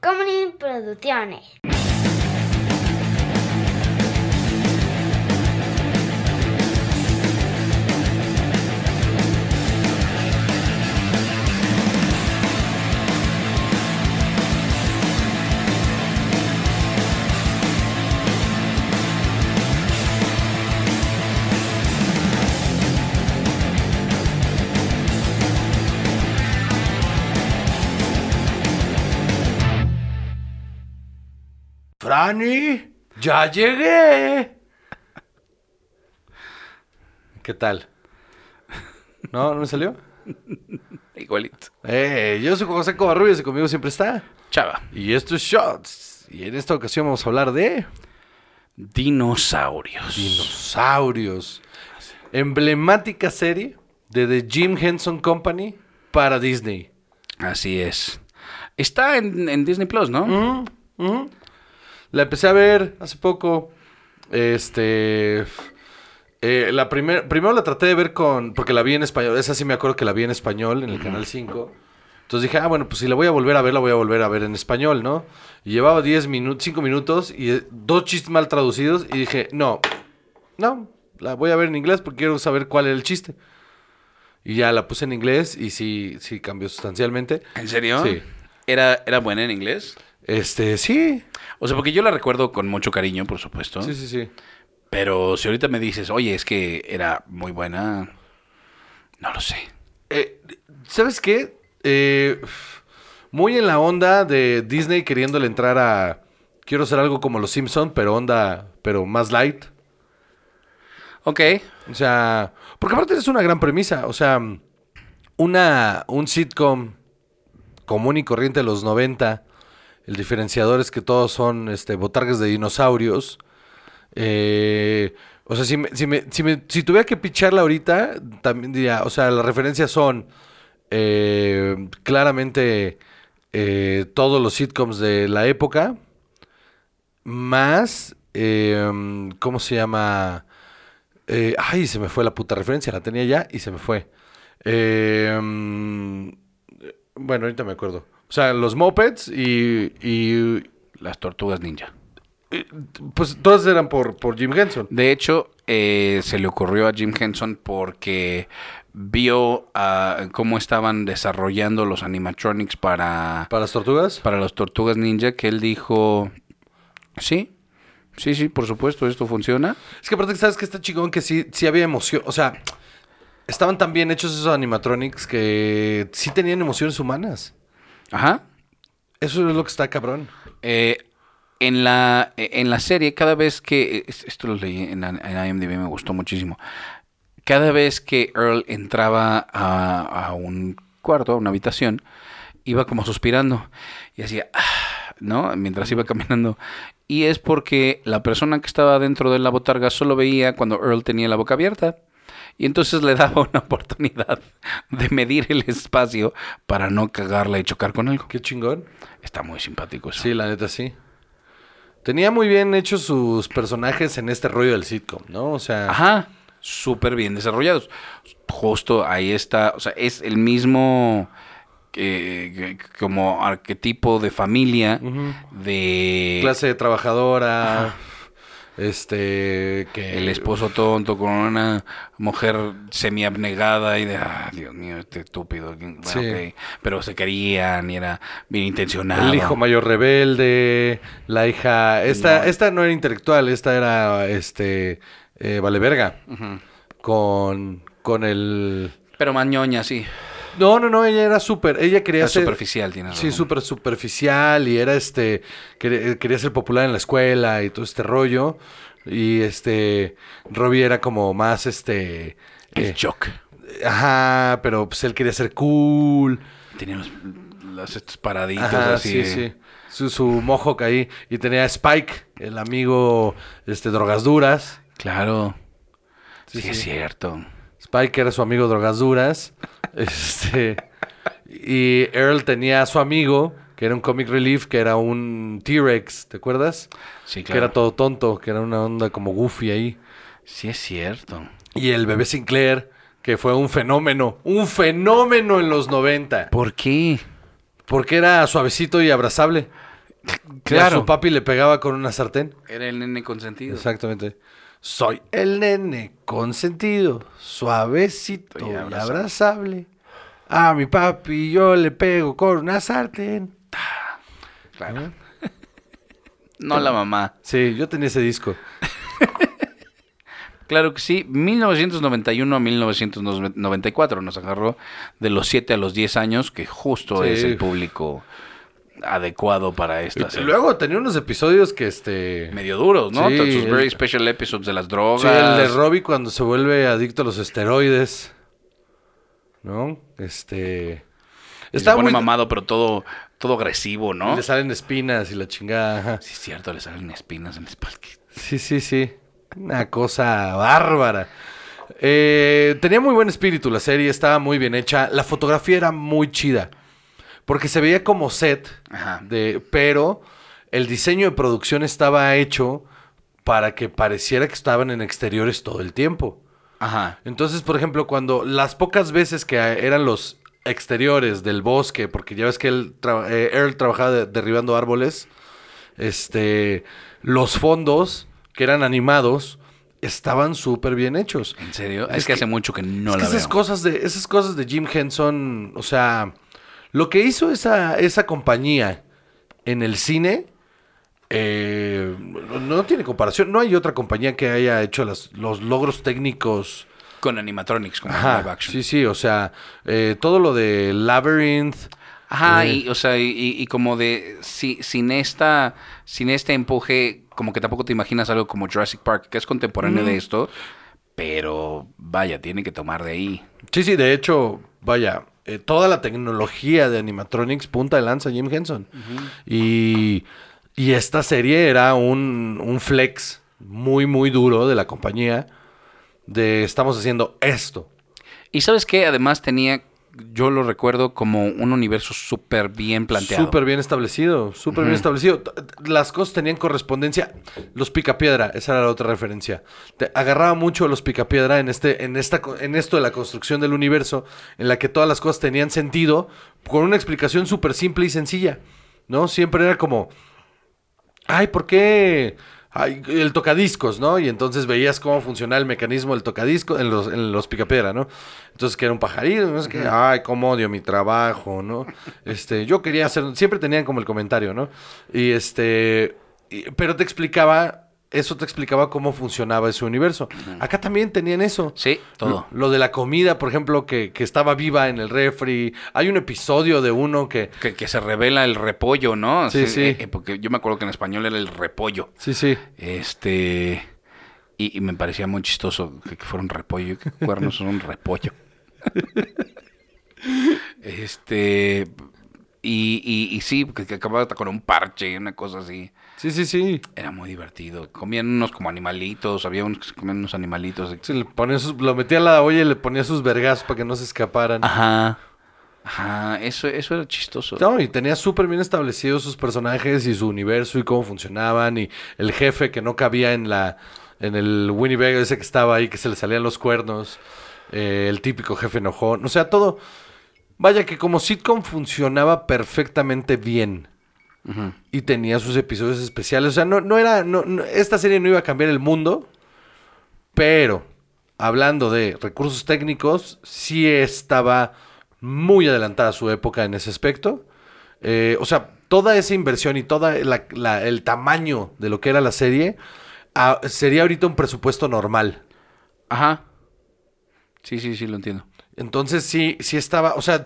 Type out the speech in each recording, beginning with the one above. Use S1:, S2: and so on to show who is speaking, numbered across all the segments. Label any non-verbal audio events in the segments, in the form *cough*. S1: Comedy Producciones.
S2: Franny, ya llegué. ¿Qué tal? ¿No? ¿No me salió?
S3: Igualito.
S2: Eh, yo soy José Covarrubias y conmigo siempre está.
S3: Chava.
S2: Y esto es Shots. Y en esta ocasión vamos a hablar de
S3: Dinosaurios.
S2: dinosaurios. Emblemática serie de The Jim Henson Company para Disney.
S3: Así es. Está en, en Disney Plus, ¿no?
S2: Ujú, ujú. La empecé a ver hace poco. Este. eh, la primer, primero la traté de ver con. Porque la vi en español. Esa sí me acuerdo que la vi en español en el canal 5. Entonces dije, ah, bueno, pues si la voy a volver a ver, la voy a volver a ver en español, ¿no? Y llevaba 10 minutos, 5 minutos y eh, dos chistes mal traducidos. Y dije, no, no, la voy a ver en inglés porque quiero saber cuál era el chiste. Y ya la puse en inglés y sí, sí cambió sustancialmente.
S3: ¿En serio?
S2: Sí.
S3: ¿Era, ¿Era buena en inglés?
S2: Este, sí.
S3: O sea, porque yo la recuerdo con mucho cariño, por supuesto.
S2: Sí, sí, sí.
S3: Pero si ahorita me dices, oye, es que era muy buena, no lo sé.
S2: Eh, ¿Sabes qué? Eh, muy en la onda de Disney queriéndole entrar a. Quiero hacer algo como los Simpson, pero onda, pero más light.
S3: Ok.
S2: O sea, porque aparte es una gran premisa. O sea, una, un sitcom común y corriente de los 90. El diferenciador es que todos son este, botargas de dinosaurios. Eh, o sea, si, me- si, me- si, me- si tuviera que picharla ahorita, también diría, o sea, las referencias son eh, claramente eh, todos los sitcoms de la época, más, eh, ¿cómo se llama? Eh, ay, se me fue la puta referencia, la tenía ya y se me fue. Eh, mm, bueno, ahorita me acuerdo. O sea, los mopeds y, y-
S3: Las tortugas ninja.
S2: y, pues todas eran por, por Jim Henson.
S3: De hecho, eh, se le ocurrió a Jim Henson porque vio ah, cómo estaban desarrollando los animatronics para,
S2: Para las tortugas.
S3: para las tortugas ninja, que él dijo, sí, sí, sí, por supuesto, esto funciona.
S2: Es que aparte, ¿sabes que Está chingón que sí, sí había emoción. O sea, estaban tan bien hechos esos animatronics que sí tenían emociones humanas.
S3: Ajá.
S2: Eso es lo que está cabrón.
S3: Eh, en, la, eh, en la serie, cada vez que. eh, es- Esto lo leí en, la- en IMDb, me gustó muchísimo. Cada vez que Earl entraba a, a un cuarto, a una habitación, iba como suspirando y hacía. "Ah", ¿No? Mientras iba caminando. Y es porque la persona que estaba dentro de la botarga solo veía cuando Earl tenía la boca abierta. Y entonces le daba una oportunidad de medir el espacio para no cagarla y chocar con algo.
S2: Qué chingón.
S3: Está muy simpático eso.
S2: Sí, la neta sí. Tenía muy bien hechos sus personajes en este rollo del sitcom, ¿no? O sea,
S3: Ajá, súper bien desarrollados. Justo ahí está, o sea, es el mismo eh, como arquetipo de familia,
S2: Ujú.
S3: de
S2: clase de trabajadora, este, que...
S3: el esposo tonto con una mujer semiabnegada y de, ah, Dios mío, este estúpido. Bueno,
S2: Sí.
S3: ok. Pero se querían y era bien intencionado.
S2: El hijo mayor rebelde, la hija... Esta, esta no era intelectual, esta era, este, eh, vale verga. Con, con el...
S3: Pero más ñoña, sí.
S2: No, no, no, ella era súper, ella quería
S3: Era
S2: ser...
S3: superficial, tiene
S2: Sí, súper superficial y era este, quería, quería ser popular en la escuela y todo este rollo. Y este, Robbie era como más este,
S3: El
S2: eh,
S3: shock.
S2: ajá, pero pues él quería ser cool.
S3: Tenía los, los estos paraditos
S2: Ajá,
S3: así.
S2: sí, sí. Su, su mohawk ahí. Y tenía a Spike, el amigo, este, drogas duras.
S3: Claro.
S2: Sí,
S3: Sí,
S2: sí.
S3: es cierto.
S2: Spike era su amigo drogas duras. *laughs* este, y Earl tenía a su amigo, que era un comic relief, que era un T-Rex, ¿te acuerdas?
S3: Sí,
S2: Que
S3: claro.
S2: era todo tonto, que era una onda como goofy ahí.
S3: Sí, es cierto.
S2: Y el bebé Sinclair, que fue un fenómeno, un fenómeno en los 90.
S3: ¿Por qué?
S2: Porque era suavecito y abrazable.
S3: Claro.
S2: A su papi le pegaba con una sartén.
S3: Era el nene consentido.
S2: Exactamente. Soy el nene consentido, suavecito
S3: Y
S2: y
S3: abrazable.
S2: abrazable. A mi papi yo le pego con una sartén.
S3: Claro. no la mamá.
S2: Sí, yo tenía ese disco.
S3: Claro que sí, 1991 a 1994 nos agarró de los 7 a los 10 años, que justo
S2: Sí.
S3: es el público adecuado para estas.
S2: Y luego tenía unos episodios que este...
S3: medio duros, ¿no?
S2: Sí,
S3: Todos sus
S2: el-
S3: very special episodes de las
S2: Sí, el de
S3: drogas.
S2: Robbie cuando se vuelve adicto a los esteroides. ¿No? Este...
S3: y se pone
S2: muy-
S3: mamado, pero todo, todo agresivo, ¿no?
S2: Le salen espinas y la chingada. ajá.
S3: Sí, es cierto, le salen espinas en la espalda.
S2: Sí, sí, sí. Una cosa bárbara. Eh, tenía muy buen espíritu la serie, estaba muy bien hecha. La fotografía era muy chida. Porque se veía como set,
S3: Ajá.
S2: de, pero el diseño de producción estaba hecho para que pareciera que estaban en exteriores todo el tiempo.
S3: Ajá.
S2: Entonces, por ejemplo, cuando las pocas veces que eh, eran los exteriores del bosque, porque ya ves que él tra- eh, Earl trabajaba de- derribando árboles, este, los fondos que eran animados estaban súper bien hechos.
S3: ¿En serio? Es,
S2: Es
S3: que,
S2: que-
S3: hace mucho que no
S2: es que
S3: la
S2: esas
S3: veo.
S2: cosas de esas cosas de Jim Henson, o sea, lo que hizo esa esa compañía en el cine eh, no tiene comparación. No hay otra compañía que haya hecho las- los logros técnicos
S3: Con animatronics, con
S2: Ajá,
S3: live action.
S2: sí, sí, o sea, eh, todo lo de Labyrinth.
S3: Ajá,
S2: Eh.
S3: y, o sea, y, y- y como de, si, sin esta, sin este empuje, como que tampoco te imaginas algo como Jurassic Park, que es contemporáneo de esto, pero vaya, tiene que tomar de ahí.
S2: Sí, sí, de hecho, vaya, eh, toda la tecnología de animatronics punta de lanza Jim Henson. y, y esta serie era un, un flex muy, muy duro de la compañía de estamos haciendo esto.
S3: Y sabes qué, además tenía, yo lo recuerdo como un universo súper bien planteado.
S2: Súper bien establecido, súper bien establecido. T- t- Las cosas tenían correspondencia. Los picapiedra, esa era la otra referencia. Te agarraba mucho a los picapiedra en este, en esta, co- en esto de la construcción del universo, en la que todas las cosas tenían sentido, con una explicación súper simple y sencilla. ¿No? Siempre era como. Ay, ¿por qué? Ay, el tocadiscos, ¿no? Y entonces veías cómo funcionaba el mecanismo del tocadisco en los, en los picapiedra, ¿no? Entonces que era un pajarito, no sé qué. Ay, cómo odio mi trabajo, ¿no? Este, yo quería hacer, siempre tenían como el comentario, ¿no? Y este, y- pero te explicaba, eso te explicaba cómo funcionaba ese universo. Acá también tenían eso.
S3: Sí, todo.
S2: Lo de la comida, por ejemplo, que, que estaba viva en el refri. Hay un episodio de uno que...
S3: Que, que se revela el repollo, ¿no?
S2: Sí, sí.
S3: eh, eh, porque yo me acuerdo que en español era el repollo.
S2: Sí, sí.
S3: Este. Y, y me parecía muy chistoso que, que fuera un repollo. Que cuernos son un repollo. *laughs* este. Y, y, y sí, que, que acababa hasta con un parche, una cosa así.
S2: Sí, sí, sí.
S3: Era muy divertido. Comían unos como animalitos, había unos que se comían unos animalitos.
S2: Sí, le ponía sus- lo metía a la olla y le ponía sus vergazos para que no se escaparan.
S3: Ah. Ajá. Ajá, eso, eso era chistoso.
S2: No, y tenía súper bien establecidos sus personajes y su universo y cómo funcionaban. Y el jefe que no cabía en la en el Winnipeg, ese que estaba ahí, que se le salían los cuernos. eh, el típico jefe enojón. O sea, todo. Vaya que como sitcom funcionaba perfectamente bien.
S3: Ujú.
S2: Y tenía sus episodios especiales. O sea, no, no era. no- no- esta serie no iba a cambiar el mundo. Pero, hablando de recursos técnicos, sí estaba muy adelantada su época en ese aspecto. Eh, o sea, toda esa inversión y todo el tamaño de lo que era la serie ah, sería ahorita un presupuesto normal.
S3: Ajá. Sí, sí, sí, lo entiendo.
S2: Entonces sí, sí estaba, o sea,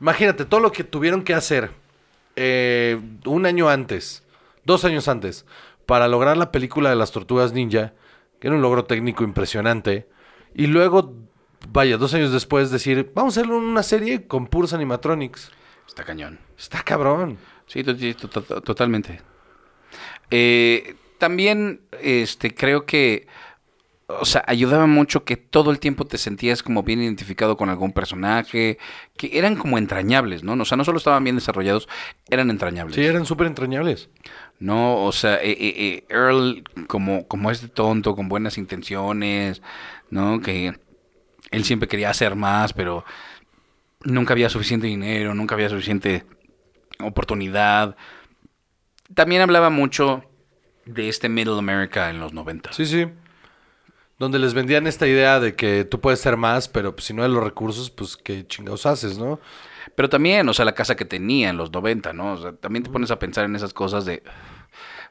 S2: imagínate todo lo que tuvieron que hacer eh, un año antes, dos años antes, para lograr la película de las tortugas ninja, que era un logro técnico impresionante, y luego, vaya, dos años después decir, vamos a hacer una serie con puros animatronics.
S3: Está cañón.
S2: Está cabrón.
S3: Sí, to- sí, to- to- totalmente. Eh, también este, creo que, o sea, ayudaba mucho que todo el tiempo te sentías como bien identificado con algún personaje, que eran como entrañables, ¿no? O sea, no solo estaban bien desarrollados, eran entrañables.
S2: Sí, eran súper entrañables.
S3: No, o sea, eh, eh, eh, Earl como, como este tonto, con buenas intenciones, ¿no? Que él siempre quería hacer más, pero nunca había suficiente dinero, nunca había suficiente oportunidad. También hablaba mucho de este Middle America en los 90.
S2: Sí, sí. Donde les vendían esta idea de que tú puedes ser más, pero pues, si no hay los recursos, pues qué chingados haces, ¿no?
S3: Pero también, o sea, la casa que tenía en los 90, ¿no? O sea, también te pones a pensar en esas cosas de...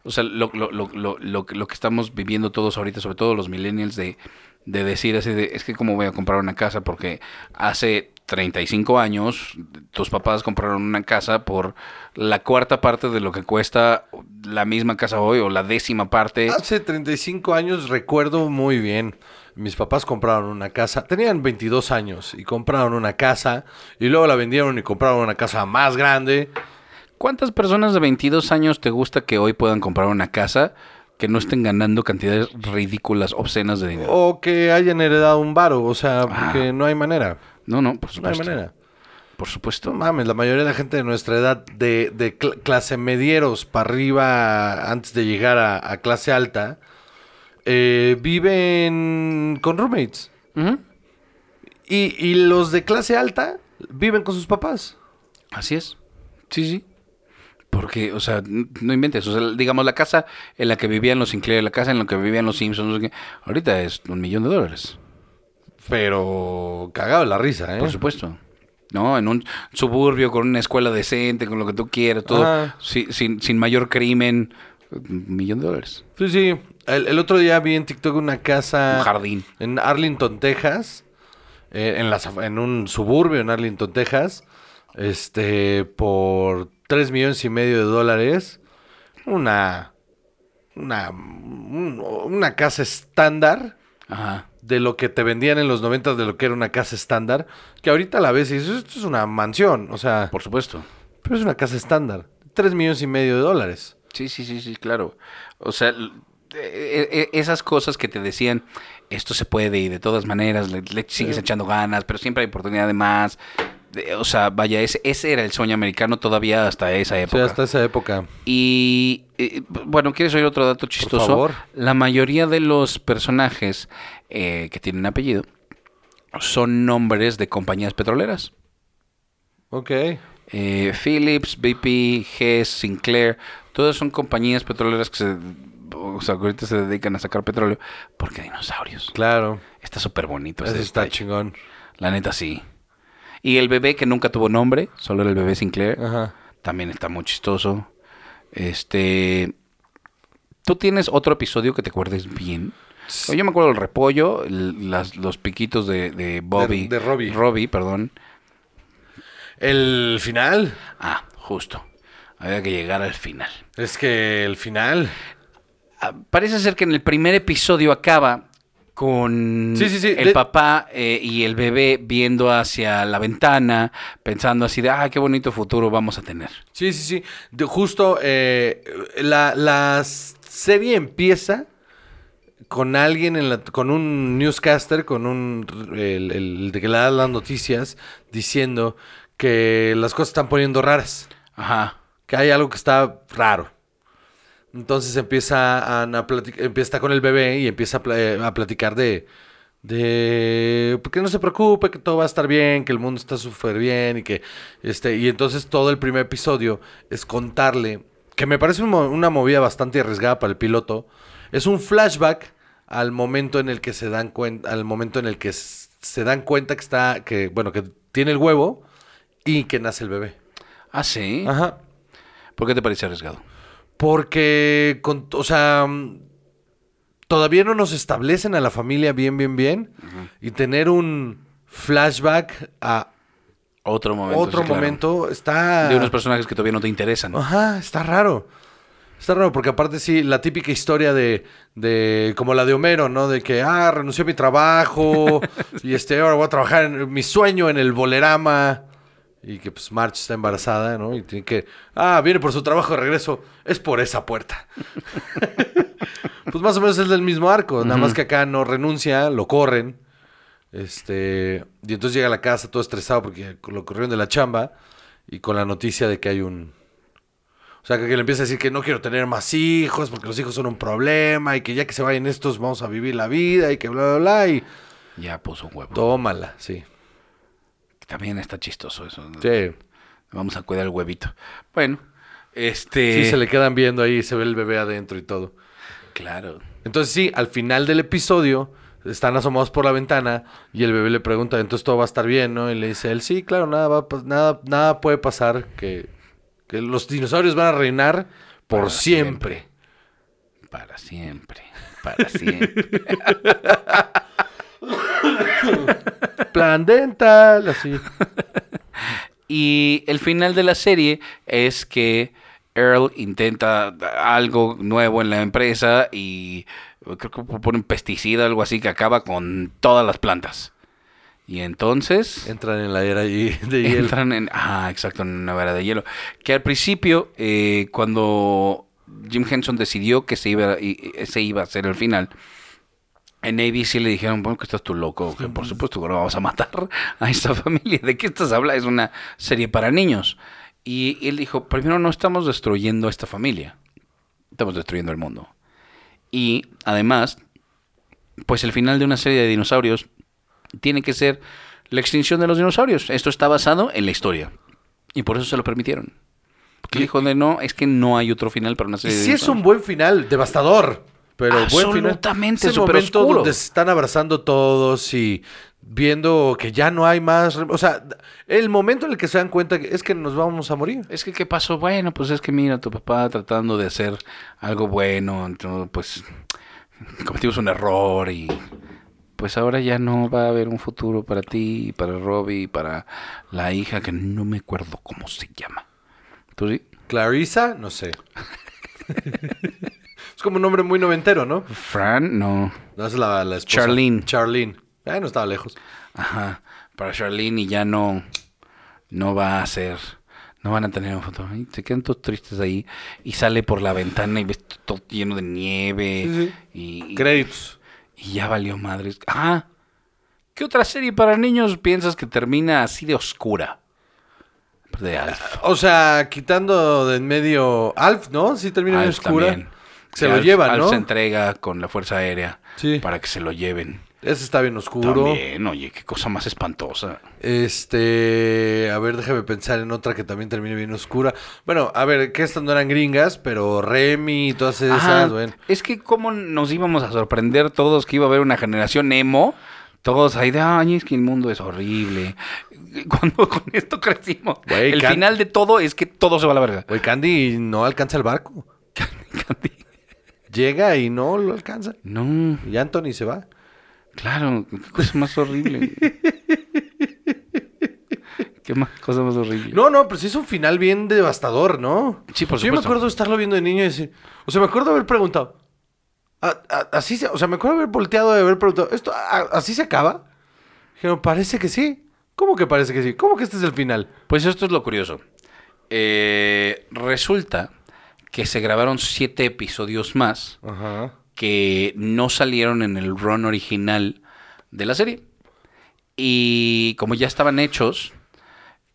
S3: O sea, lo, lo, lo, lo, lo, que- lo que estamos viviendo todos ahorita, sobre todo los millennials, de, de decir así de, es que cómo voy a comprar una casa porque hace 35 años tus papás compraron una casa por la cuarta parte de lo que cuesta la misma casa hoy o la décima parte.
S2: Hace 35 años recuerdo muy bien. Mis papás compraron una casa. Tenían 22 años y compraron una casa. Y luego la vendieron y compraron una casa más grande.
S3: ¿Cuántas personas de 22 años te gusta que hoy puedan comprar una casa que no estén ganando cantidades ridículas, obscenas de dinero?
S2: O que hayan heredado un varo. O sea,
S3: Ah.
S2: porque no hay manera.
S3: No, no, por
S2: No hay
S3: supuesto.
S2: manera.
S3: Por
S2: No
S3: supuesto.
S2: mames, la mayoría de la gente de nuestra edad, de, de cl- clase medieros para arriba, antes de llegar a, a clase alta, eh, viven con roommates.
S3: Ujú.
S2: Y, y los de clase alta viven con sus papás.
S3: Así es. Sí, sí. Porque, o sea, n- no inventes. O sea, digamos, la casa en la que vivían los Sinclair, la casa en la que vivían los Simpsons, no sé qué, ahorita es un millón de dólares.
S2: Pero cagado de la risa, ¿eh?
S3: Por supuesto. No, en un suburbio, con una escuela decente, con lo que tú quieras, todo,
S2: Ajá.
S3: si- sin, sin mayor crimen, un millón de dólares.
S2: Sí, sí. El, el otro día vi en TikTok una casa.
S3: Un jardín.
S2: En Arlington, Texas. eh, en, las af- en un suburbio en Arlington, Texas. Este, por 3 millones y medio de dólares. Una. Una. un- una casa estándar.
S3: Ajá.
S2: De lo que te vendían en los 90 de lo que era una casa estándar. Que ahorita a la vez dices, esto es una mansión. O sea,
S3: Por supuesto.
S2: pero es una casa estándar. 3 millones y medio de dólares.
S3: Sí, sí, sí, sí, claro. O sea, l- e- e- esas cosas que te decían, esto se puede y de todas maneras le, le sigues echando ganas, pero siempre hay oportunidad de más. De- O sea, vaya, ese, ese era el sueño americano todavía hasta esa
S2: O sea,
S3: época.
S2: hasta esa época.
S3: Y eh, b- bueno, ¿quieres oír otro dato chistoso?
S2: favor.
S3: La mayoría de los personajes eh, que tienen apellido son nombres de compañías petroleras.
S2: Ok.
S3: Eh, Phillips, BP, Hess, Sinclair, todas son compañías petroleras que se, o sea, que ahorita se dedican a sacar petróleo porque dinosaurios.
S2: Claro.
S3: Está súper bonito.
S2: Eso
S3: ese
S2: Pues está
S3: detalle.
S2: chingón.
S3: La neta sí. Y el bebé que nunca tuvo nombre, solo era el bebé Sinclair,
S2: Ajá.
S3: también está muy chistoso. Este, ¿tú tienes otro episodio que te acuerdes bien? Yo me acuerdo del repollo, el- las- los piquitos de, de Bobby.
S2: de Robbie.
S3: Robbie, perdón.
S2: El final.
S3: Ah, justo. Había que llegar al final.
S2: Es que el final.
S3: Ah, Parece ser que en el primer episodio acaba con
S2: Sí, sí, sí,
S3: el
S2: de-
S3: papá eh, y el bebé viendo hacia la ventana, pensando así de, ah, qué bonito futuro vamos a tener.
S2: Sí, sí, sí. De- justo eh, la, la serie empieza con alguien, en la, con un newscaster, con un. El, el de que le da las noticias, diciendo que las cosas están poniendo raras.
S3: Ajá.
S2: que hay algo que está raro. Entonces empieza a, platicar, empieza está con el bebé y empieza a, pla- eh, a platicar de, de pues, que no se preocupe, que todo va a estar bien, que el mundo está súper bien y que este y entonces todo el primer episodio es contarle que me parece un mo- una movida bastante arriesgada para el piloto. Es un flashback al momento en el que se dan cuenta, al momento en el que s- se dan cuenta que está, que bueno, que tiene el huevo y que nace el bebé.
S3: Ah, sí.
S2: Ajá.
S3: ¿Por qué te parece arriesgado?
S2: Porque, con, o sea, mm, todavía no nos establecen a la familia bien, bien, bien. Y tener un flashback a
S3: Otro momento.
S2: otro
S3: sí, claro.
S2: momento Ah. está...
S3: De unos personajes que todavía no te interesan.
S2: Ajá, está raro. Está raro, porque aparte sí, la típica historia de, de como la de Homero, ¿no? De que, ah, renuncié a mi trabajo y este, ahora voy a trabajar en mi sueño en el bolerama. Y que pues March está embarazada, ¿no? Y tiene que, ah, viene por su trabajo de regreso, es por esa puerta. *laughs* pues más o menos es del mismo arco, nada más que acá no renuncia, lo corren. Este, y entonces llega a la casa todo estresado porque lo corrieron de la chamba y con la noticia de que hay un... O sea, que le empieza a decir que no quiero tener más hijos porque los hijos son un problema y que ya que se vayan estos vamos a vivir la vida y que bla, bla, bla. Y
S3: Ya puso un huevo.
S2: tómala, sí.
S3: También está chistoso eso.
S2: Sí.
S3: Vamos a cuidar el huevito. Bueno, este...
S2: Sí, se le quedan viendo ahí, se ve el bebé adentro y todo.
S3: Claro.
S2: Entonces sí, al final del episodio están asomados por la ventana y el bebé le pregunta, entonces todo va a estar bien, ¿no? Y le dice él, sí, claro, nada, va a pas- nada, nada puede pasar, que, que los dinosaurios van a reinar por
S3: Para
S2: siempre.
S3: Para siempre. Para siempre.
S2: Plan dental, así.
S3: y el final de la serie es que Earl intenta algo nuevo en la empresa y creo que propone un pesticida, algo así, que acaba con todas las plantas. Y entonces...
S2: Entran en la era y, de hielo.
S3: Entran en. Ah, exacto, en una vara de hielo. Que al principio, eh, cuando Jim Henson decidió que se iba, y- y- ese iba a ser el final, en ABC le dijeron: Bueno, que estás tú loco, que por supuesto que no vamos a matar a esta *laughs* familia. ¿De qué estás hablando? Es una serie para niños. Y él dijo: Primero, no estamos destruyendo a esta familia, estamos destruyendo el mundo. Y además, pues el final de una serie de dinosaurios tiene que ser la extinción de los dinosaurios. Esto está basado en la historia. Y por eso se lo permitieron. Porque dijo de no, es que no hay otro final para una
S2: Y
S3: serie de
S2: sí es un
S3: dinosaurios".
S2: buen final, devastador. Pero buen final.
S3: Absolutamente,
S2: Ese
S3: súper
S2: momento
S3: oscuro.
S2: donde se están abrazando todos y viendo que ya no hay más. O sea, el momento en el que se dan cuenta que es que nos vamos a morir.
S3: Es que, ¿qué pasó? Bueno, pues es que mira, tu papá tratando de hacer algo bueno, entonces, pues cometimos un error y pues ahora ya no va a haber un futuro para ti, para Robbie, para la hija que no me acuerdo cómo se llama. ¿Tú sí?
S2: Clarisa, no sé. *laughs* es como un nombre muy noventero, ¿no?
S3: Fran, no.
S2: No es la, la esposa.
S3: Charlene.
S2: Charlene. Eh, no estaba lejos.
S3: Ajá, para Charlene y ya no, no va a ser, no van a tener un foto. Ay, se quedan todos tristes ahí y sale por la ventana y ves todo lleno de nieve
S2: Sí, sí.
S3: y- y
S2: Créditos.
S3: Y ya valió madres. Ah, ¿qué otra serie para niños piensas que termina así de oscura? Pues De Alf.
S2: O sea, quitando de en medio Alf, ¿no? Sí termina en
S3: Alf
S2: oscura.
S3: también.
S2: Se
S3: Que
S2: lo
S3: Alf-
S2: llevan,
S3: Alf se
S2: ¿no?
S3: entrega con la Fuerza Aérea
S2: Sí.
S3: para que se lo lleven.
S2: Ese está bien oscuro.
S3: También, oye, qué cosa más espantosa.
S2: Este, a ver, déjame pensar en otra que también termine bien oscura. Bueno, a ver, que estas no eran gringas, pero Remy y todas esas,
S3: Ajá,
S2: bueno.
S3: Es que cómo nos íbamos a sorprender todos que iba a haber una generación emo. Todos ahí de, ay, es que el mundo es horrible. *laughs* Cuando con esto crecimos.
S2: Güey,
S3: el
S2: can-
S3: final de todo es que todo se va a la verga.
S2: Güey, Candy no alcanza el
S3: *laughs*
S2: barco. Llega y no lo alcanza.
S3: No.
S2: Y Anthony se va.
S3: Claro, qué cosa más horrible. *laughs* qué más cosa más horrible.
S2: No, no, pero sí es un final bien devastador, ¿no?
S3: Sí, por
S2: Yo me
S3: supuesto.
S2: acuerdo estarlo viendo de niño y decir, o sea, me acuerdo haber preguntado, "A- a- así se, o sea, me acuerdo haber volteado y haber preguntado, ¿esto a- a- así se acaba? Dijeron, parece que sí. ¿Cómo que parece que sí? ¿Cómo que este es el final?
S3: Pues esto es lo curioso. Eh, resulta que se grabaron siete episodios más
S2: Ajá.
S3: que no salieron en el run original de la serie. Y como ya estaban hechos,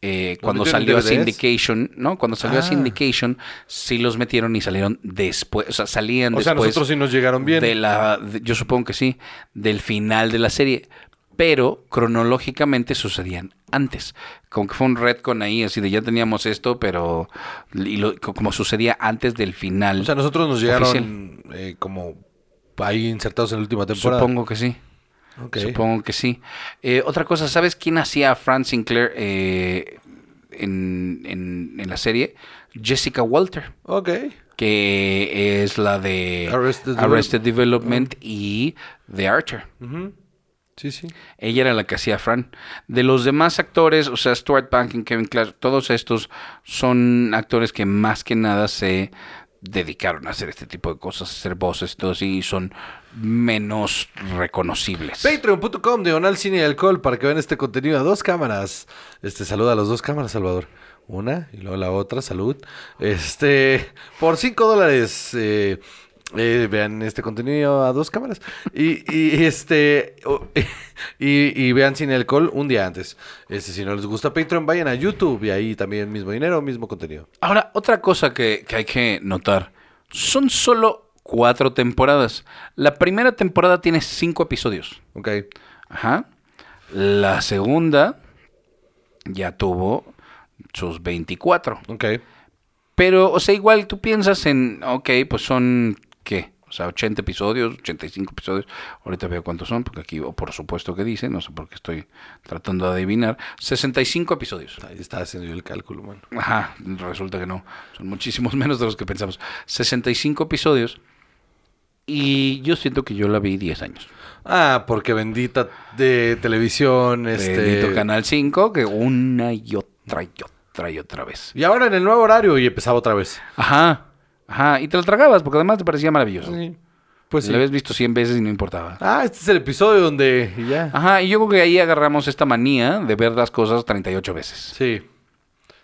S3: eh, cuando
S2: metieron
S3: salió a
S2: DVDs?
S3: Syndication, ¿no? Cuando salió a
S2: Ah.
S3: Syndication, sí los metieron y salieron después, o sea, salían
S2: O sea,
S3: después.
S2: nosotros sí nos llegaron bien.
S3: de la, de- yo supongo que sí, del final de la serie. Pero cronológicamente sucedían antes. Como que fue un retcon ahí, así de ya teníamos esto, pero y lo- co- como sucedía antes del final.
S2: O sea, nosotros nos llegaron eh, como ahí insertados en la última temporada.
S3: supongo que sí.
S2: Ok.
S3: Supongo que sí. Eh, otra cosa, ¿sabes quién hacía a Fran Sinclair eh, en, en- en la serie? Jessica Walter,
S2: Ok.
S3: que es la de
S2: Arrested Ah.
S3: Arrested Development y The Archer.
S2: Ujú. Sí, sí.
S3: Ella era la que hacía a Fran. De los demás actores, o sea, Stuart Pankin, Kevin Clark, todos estos son actores que más que nada se dedicaron a hacer este tipo de cosas, a hacer voces, todo así, y son menos reconocibles.
S2: Patreon.com, diagonal cine y alcohol, para que vean este contenido a dos cámaras. Este, saluda a las dos cámaras, Salvador. Una y luego la otra, salud. Este, por cinco dólares, eh, eh, vean este contenido a dos cámaras. Y, y, este, o- *laughs* y, y vean sin alcohol un día antes. Este, si no les gusta Patreon, vayan a YouTube y ahí también mismo dinero, mismo contenido.
S3: Ahora, otra cosa que, que hay que notar. Son solo cuatro temporadas. La primera temporada tiene cinco episodios.
S2: Ok.
S3: Ajá. La segunda ya tuvo sus 24.
S2: Ok.
S3: Pero, o sea, igual tú piensas en, ok, pues son, ¿qué? O sea, 80 episodios, 85 episodios. Ahorita veo cuántos son, porque aquí, o por supuesto que dice, no sé por qué estoy tratando de adivinar. 65 episodios.
S2: Ahí estaba haciendo yo el cálculo, mano.
S3: Ajá, resulta que no. Son muchísimos *laughs* menos de los que pensamos. 65 episodios. Y yo siento que yo la vi 10 años.
S2: Ah, porque bendita de televisión, este...
S3: Bendito Eh, Canal 5, que una y otra y otra y otra vez.
S2: Y ahora en el nuevo horario y empezaba otra vez.
S3: Ajá, ajá. Y te la tragabas porque además te parecía maravilloso.
S2: Pues sí.
S3: La habías visto 100 veces y no importaba.
S2: Ah, este es el episodio donde... y ya.
S3: Ajá, y yo creo que ahí agarramos esta manía de ver las cosas 38 veces.
S2: Sí.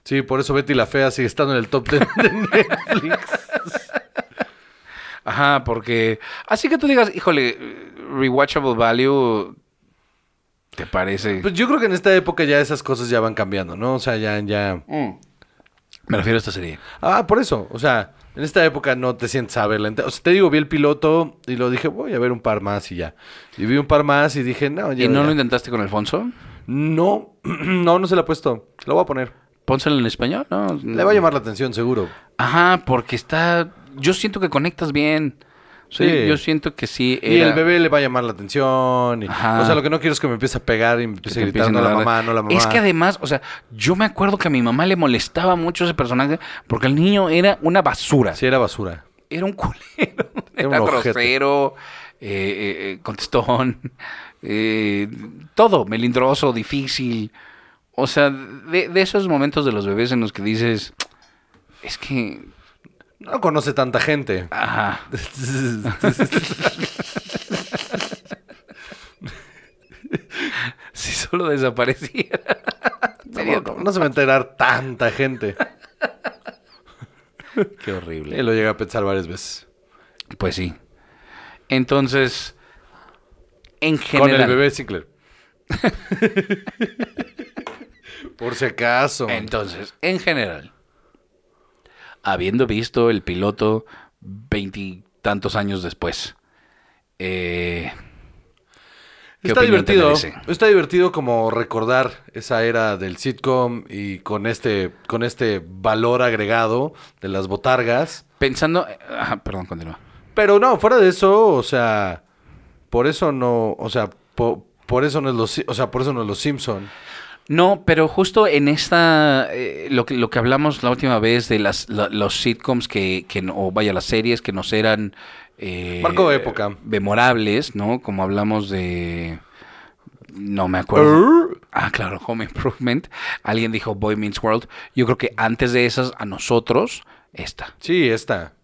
S2: Sí, por eso Betty la Fea sigue estando en el top 10
S3: *laughs*
S2: de Netflix.
S3: Ajá, porque... Así que tú digas, híjole, rewatchable value, ¿te parece?
S2: *laughs* Pues yo creo que en esta época ya esas cosas ya van cambiando, ¿no? O sea, ya, ya...
S3: Me refiero a esta serie.
S2: Ah, por eso. O sea, en esta época no te sientes a verla. entera. O sea, te digo, vi el piloto y lo dije, voy a ver un par más y ya. Y vi un par más y dije, no, ya.
S3: ¿Y no
S2: ya.
S3: lo intentaste con Alfonso?
S2: No, *clears throat* no, no se la he puesto. Lo voy a poner.
S3: Pónselo en español, ¿no?
S2: Le va a llamar la atención, seguro.
S3: Ajá, porque está... Yo siento que conectas bien. Sí.
S2: Sí.
S3: Yo siento que sí.
S2: Y
S3: era-
S2: el bebé le va a llamar la atención. y-
S3: Ajá.
S2: O sea, lo que no quiero es que me empiece a pegar y me
S3: que
S2: empiece a
S3: te
S2: gritar,
S3: empiecen
S2: no
S3: a
S2: la
S3: hablar de-
S2: mamá, no la mamá.
S3: Es que además, o sea, yo me acuerdo que a mi mamá le molestaba mucho ese personaje porque el niño era una basura.
S2: Sí, era basura.
S3: Era un culero. *laughs*
S2: Era
S3: Era,
S2: un ojete.
S3: grosero, eh, eh, eh, contestón, *laughs* eh, todo, melindroso, difícil. O sea, de, de esos momentos de los bebés en los que dices, es que...
S2: No conoce tanta gente.
S3: Ajá. *laughs* Si
S2: *laughs*
S3: solo desapareciera. Sería
S2: No, no se va a enterar tanta
S3: *laughs*
S2: gente.
S3: Qué horrible.
S2: Y lo llega a pensar varias veces.
S3: Pues sí. Entonces, en
S2: Con
S3: general.
S2: el bebé
S3: *laughs*
S2: Sinclair. Por si acaso.
S3: Entonces, en general, habiendo visto el piloto veintitantos años después, eh, ¿qué
S2: Está
S3: opinión te
S2: divertido.
S3: merece?
S2: Está divertido como recordar esa era del sitcom y con este, con este valor agregado de las botargas.
S3: pensando. eh, Ajá, perdón, continúa.
S2: Pero no, fuera de eso, o sea, por eso no, o sea, po- por eso no es los, Si- o sea, por eso no es los Simpson.
S3: No, pero justo en esta, eh, lo, que, lo que hablamos la última vez de las, la- los sitcoms que, que no- o vaya, las series que nos eran... eh,
S2: Marco de época.
S3: Memorables, ¿no? Como hablamos de... No me acuerdo. Ah, claro, Home Improvement. Alguien dijo Boy Means World. Yo creo que antes de esas, a nosotros, esta,
S2: Sí, esta.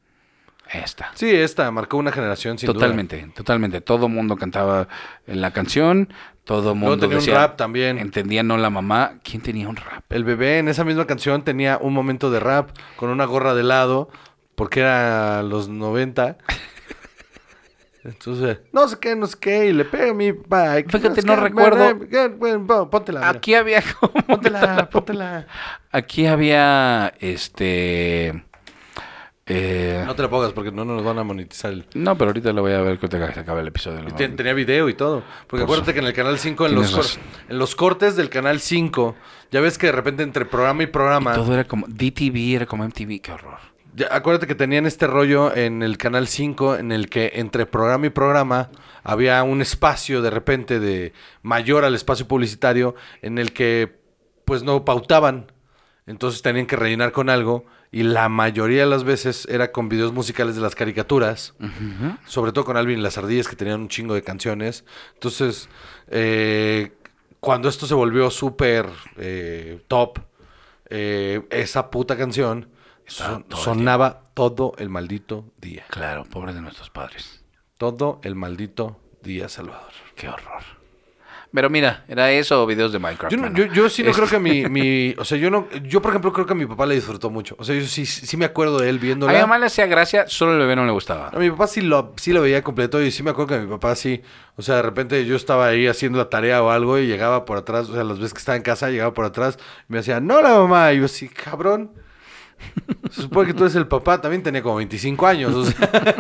S3: esta.
S2: Sí, esta marcó una generación sin duda.
S3: totalmente, totalmente. Todo mundo cantaba la canción, todo mundo
S2: tenía un
S3: decía-
S2: rap también.
S3: Entendía no la mamá. ¿Quién tenía un rap?
S2: El bebé en esa misma canción tenía un momento de rap con una gorra de lado, porque era los *laughs* 90. Entonces, no sé qué, no sé qué, y le pego mi bike.
S3: Fíjate,
S2: sé
S3: no
S2: qué,
S3: recuerdo.
S2: bueno, bueno, pon- Póntela. mira.
S3: Aquí había como-
S2: Póntela, póntela.
S3: Aquí había este. eh,
S2: No te la pongas porque no nos van a monetizar el...
S3: no, pero ahorita lo voy a ver cuando se acabe el episodio.
S2: Y
S3: lo
S2: te-
S3: voy a-
S2: tenía video y todo. Porque
S3: Por
S2: acuérdate
S3: su-
S2: que en el Canal 5, en los,
S3: Tienes
S2: cor-
S3: Pues, razón.
S2: en los cortes del Canal 5, ya ves que de repente entre programa y programa...
S3: Todo era como. DTV era como MTV, qué horror.
S2: Ya, acuérdate que tenían este rollo en el Canal 5 en el que entre programa y programa había un espacio de repente de mayor al espacio publicitario en el que pues no pautaban. Entonces tenían que rellenar con algo y la mayoría de las veces era con videos musicales de las caricaturas, sobre todo con Alvin y las ardillas que tenían un chingo de canciones. Entonces, eh, cuando esto se volvió súper eh, top, eh, esa puta canción
S3: Estaba
S2: son-
S3: todo el
S2: sonaba todo el maldito día.
S3: Claro, pobres de nuestros padres.
S2: Todo el maldito día, Salvador.
S3: Qué horror. Pero mira, era eso o videos de Minecraft.
S2: Yo, no-
S3: mano.
S2: yo, yo sí no
S3: Es-
S2: creo que
S3: *laughs*
S2: mi, mi- O sea, yo no. Yo, por ejemplo, creo que mi papá le disfrutó mucho. O sea, yo sí, sí me acuerdo de él
S3: A
S2: viéndola.
S3: mi mamá le hacía gracia, solo el bebé no le gustaba.
S2: A mi papá sí lo, sí lo veía completo y sí me acuerdo que mi papá sí, o sea, de repente yo estaba ahí haciendo la tarea o algo y llegaba por atrás, o sea, las veces que estaba en casa, llegaba por atrás y me decía, no, la mamá, y yo sí, cabrón. *laughs* Se supone que tú eres el papá, también tenía como 25 años, o
S3: *laughs*
S2: sea,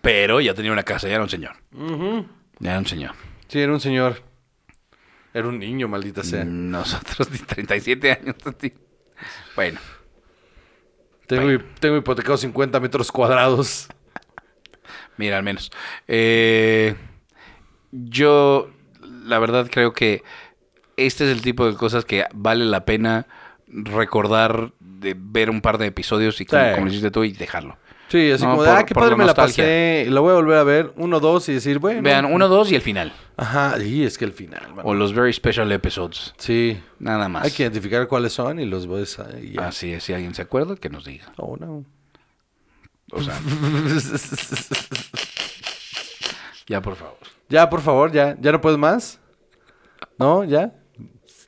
S3: Pero ya tenía una casa, ya era un señor. Ya era un señor.
S2: sí, era un señor. Era un niño, maldita sea.
S3: Mm, Nosotros ni 37 años. *laughs* ni- Bueno,
S2: Tengo, hi- tengo hipotecado 50 metros cuadrados.
S3: mira, al menos. Eh, yo, la verdad, creo que este es el tipo de cosas que vale la pena recordar, de ver un par de episodios y como,
S2: Sí.
S3: como lo hiciste tú y dejarlo.
S2: Sí, así
S3: No,
S2: como de,
S3: por-
S2: ah, qué
S3: por
S2: padre
S3: la
S2: me la
S3: nostalgia.
S2: pasé. Y Lo voy a volver a ver, uno, dos, y decir, bueno.
S3: Vean, uno, dos y el final.
S2: Ajá, y es que el final, mano.
S3: O los very special episodes.
S2: Sí.
S3: Nada más.
S2: Hay que identificar cuáles son y los ves ahí. ya.
S3: Así es, si alguien se acuerda, que nos diga.
S2: Oh, no.
S3: O sea, *laughs* ya por favor.
S2: ya, por favor, ya. ¿Ya no puedes más? ¿No? ¿Ya?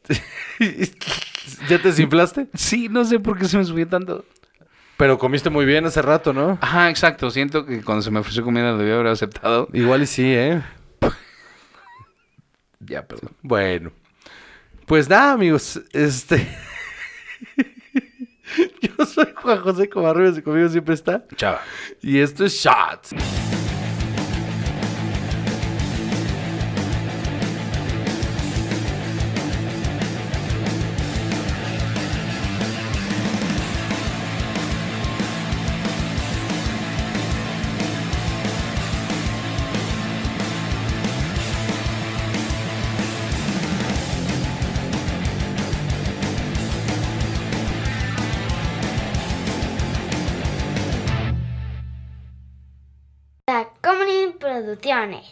S2: *laughs* ¿Ya te desinflaste?
S3: Sí, no sé por qué se me subió tanto.
S2: Pero comiste muy bien hace rato, ¿no?
S3: Ajá, exacto. Siento que cuando se me ofreció comida lo debía haber aceptado.
S2: Igual y sí, ¿eh?
S3: Ya, perdón.
S2: Bueno. Pues nada, amigos. Este. *laughs* Yo soy Juan José Covarrubias y conmigo siempre está.
S3: Chava.
S2: Y esto es Shots.
S1: Tacomunin Producciones.